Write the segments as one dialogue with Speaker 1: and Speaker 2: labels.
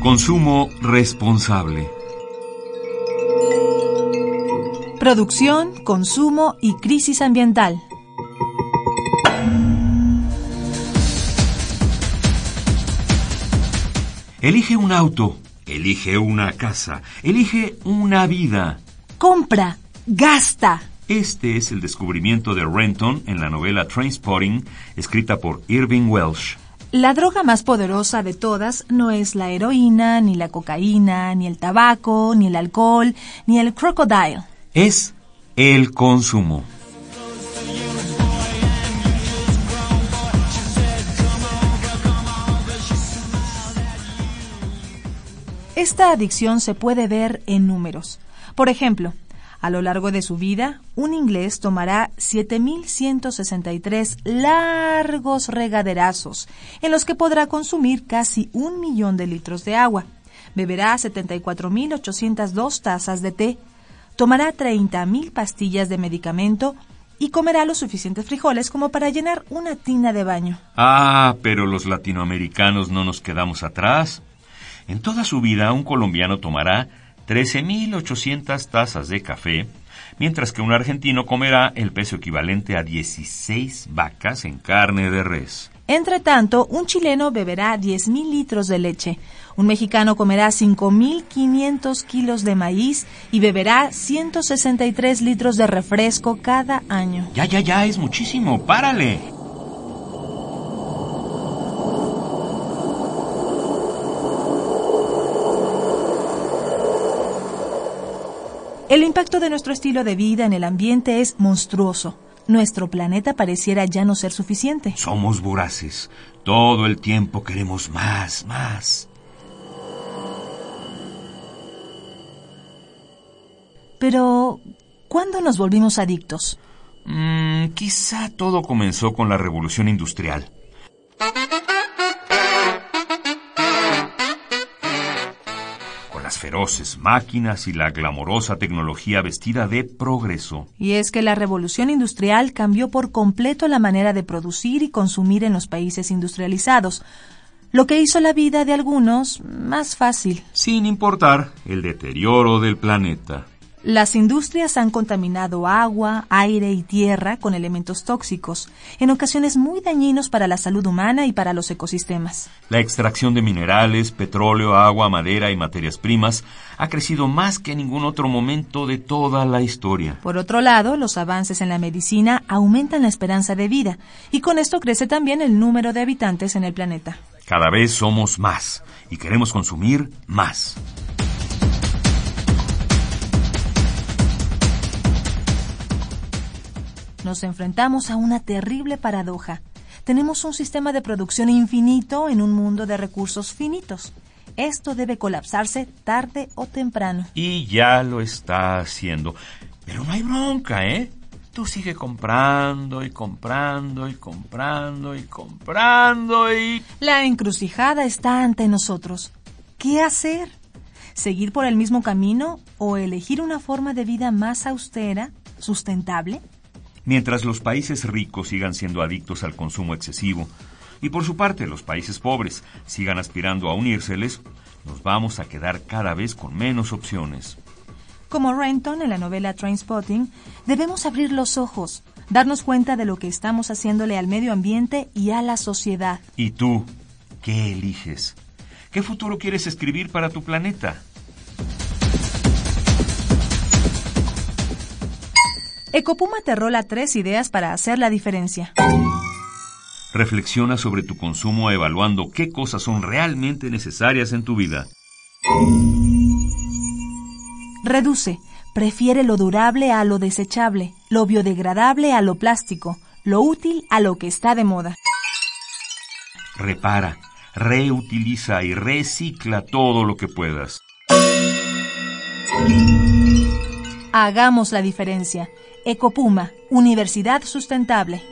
Speaker 1: Consumo responsable.
Speaker 2: Producción, consumo y crisis ambiental.
Speaker 1: Elige un auto, elige una casa, elige una vida.
Speaker 2: Compra, gasta.
Speaker 1: Este es el descubrimiento de Renton en la novela Trainspotting, escrita por Irving Welsh.
Speaker 2: La droga más poderosa de todas no es la heroína, ni la cocaína, ni el tabaco, ni el alcohol, ni el crocodile.
Speaker 1: Es el consumo.
Speaker 2: Esta adicción se puede ver en números. Por ejemplo, a lo largo de su vida, un inglés tomará 7.163 largos regaderazos, en los que podrá consumir casi un millón de litros de agua. Beberá 74.802 tazas de té, tomará 30.000 pastillas de medicamento y comerá los suficientes frijoles como para llenar una tina de baño.
Speaker 1: Ah, pero los latinoamericanos no nos quedamos atrás. En toda su vida, un colombiano tomará 13.800 tazas de café, mientras que un argentino comerá el peso equivalente a 16 vacas en carne de res.
Speaker 2: Entre tanto, un chileno beberá 10.000 litros de leche, un mexicano comerá 5.500 kilos de maíz y beberá 163 litros de refresco cada año.
Speaker 1: Ya, ya, ya, es muchísimo, párale.
Speaker 2: El impacto de nuestro estilo de vida en el ambiente es monstruoso. Nuestro planeta pareciera ya no ser suficiente.
Speaker 1: Somos voraces. Todo el tiempo queremos más, más.
Speaker 2: Pero, ¿cuándo nos volvimos adictos?
Speaker 1: Mm, quizá todo comenzó con la revolución industrial. feroces máquinas y la glamorosa tecnología vestida de progreso.
Speaker 2: Y es que la revolución industrial cambió por completo la manera de producir y consumir en los países industrializados, lo que hizo la vida de algunos más fácil.
Speaker 1: Sin importar el deterioro del planeta.
Speaker 2: Las industrias han contaminado agua, aire y tierra con elementos tóxicos, en ocasiones muy dañinos para la salud humana y para los ecosistemas.
Speaker 1: La extracción de minerales, petróleo, agua, madera y materias primas ha crecido más que en ningún otro momento de toda la historia.
Speaker 2: Por otro lado, los avances en la medicina aumentan la esperanza de vida y con esto crece también el número de habitantes en el planeta.
Speaker 1: Cada vez somos más y queremos consumir más.
Speaker 2: nos enfrentamos a una terrible paradoja. Tenemos un sistema de producción infinito en un mundo de recursos finitos. Esto debe colapsarse tarde o temprano.
Speaker 1: Y ya lo está haciendo. Pero no hay bronca, ¿eh? Tú sigue comprando y comprando y comprando y comprando y...
Speaker 2: La encrucijada está ante nosotros. ¿Qué hacer? ¿Seguir por el mismo camino o elegir una forma de vida más austera, sustentable?
Speaker 1: mientras los países ricos sigan siendo adictos al consumo excesivo y por su parte los países pobres sigan aspirando a unírseles, nos vamos a quedar cada vez con menos opciones.
Speaker 2: Como Renton en la novela Trainspotting, debemos abrir los ojos, darnos cuenta de lo que estamos haciéndole al medio ambiente y a la sociedad.
Speaker 1: ¿Y tú? ¿Qué eliges? ¿Qué futuro quieres escribir para tu planeta?
Speaker 2: Ecopuma te rola tres ideas para hacer la diferencia.
Speaker 1: Reflexiona sobre tu consumo evaluando qué cosas son realmente necesarias en tu vida.
Speaker 2: Reduce. Prefiere lo durable a lo desechable, lo biodegradable a lo plástico,
Speaker 3: lo útil a lo que está de moda.
Speaker 1: Repara, reutiliza y recicla todo lo que puedas.
Speaker 3: Hagamos la diferencia. Ecopuma, Universidad Sustentable.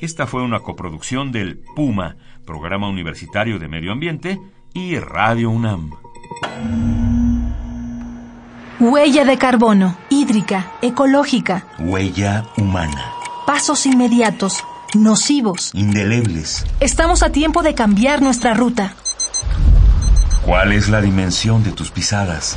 Speaker 1: Esta fue una coproducción del Puma, Programa Universitario de Medio Ambiente, y Radio UNAM.
Speaker 2: Huella de carbono, hídrica, ecológica,
Speaker 4: Huella humana.
Speaker 2: pasos inmediatos, nocivos.
Speaker 4: Indelebles.
Speaker 2: Estamos a tiempo de cambiar nuestra ruta,
Speaker 4: ¿Cuál es la dimensión de tus pisadas?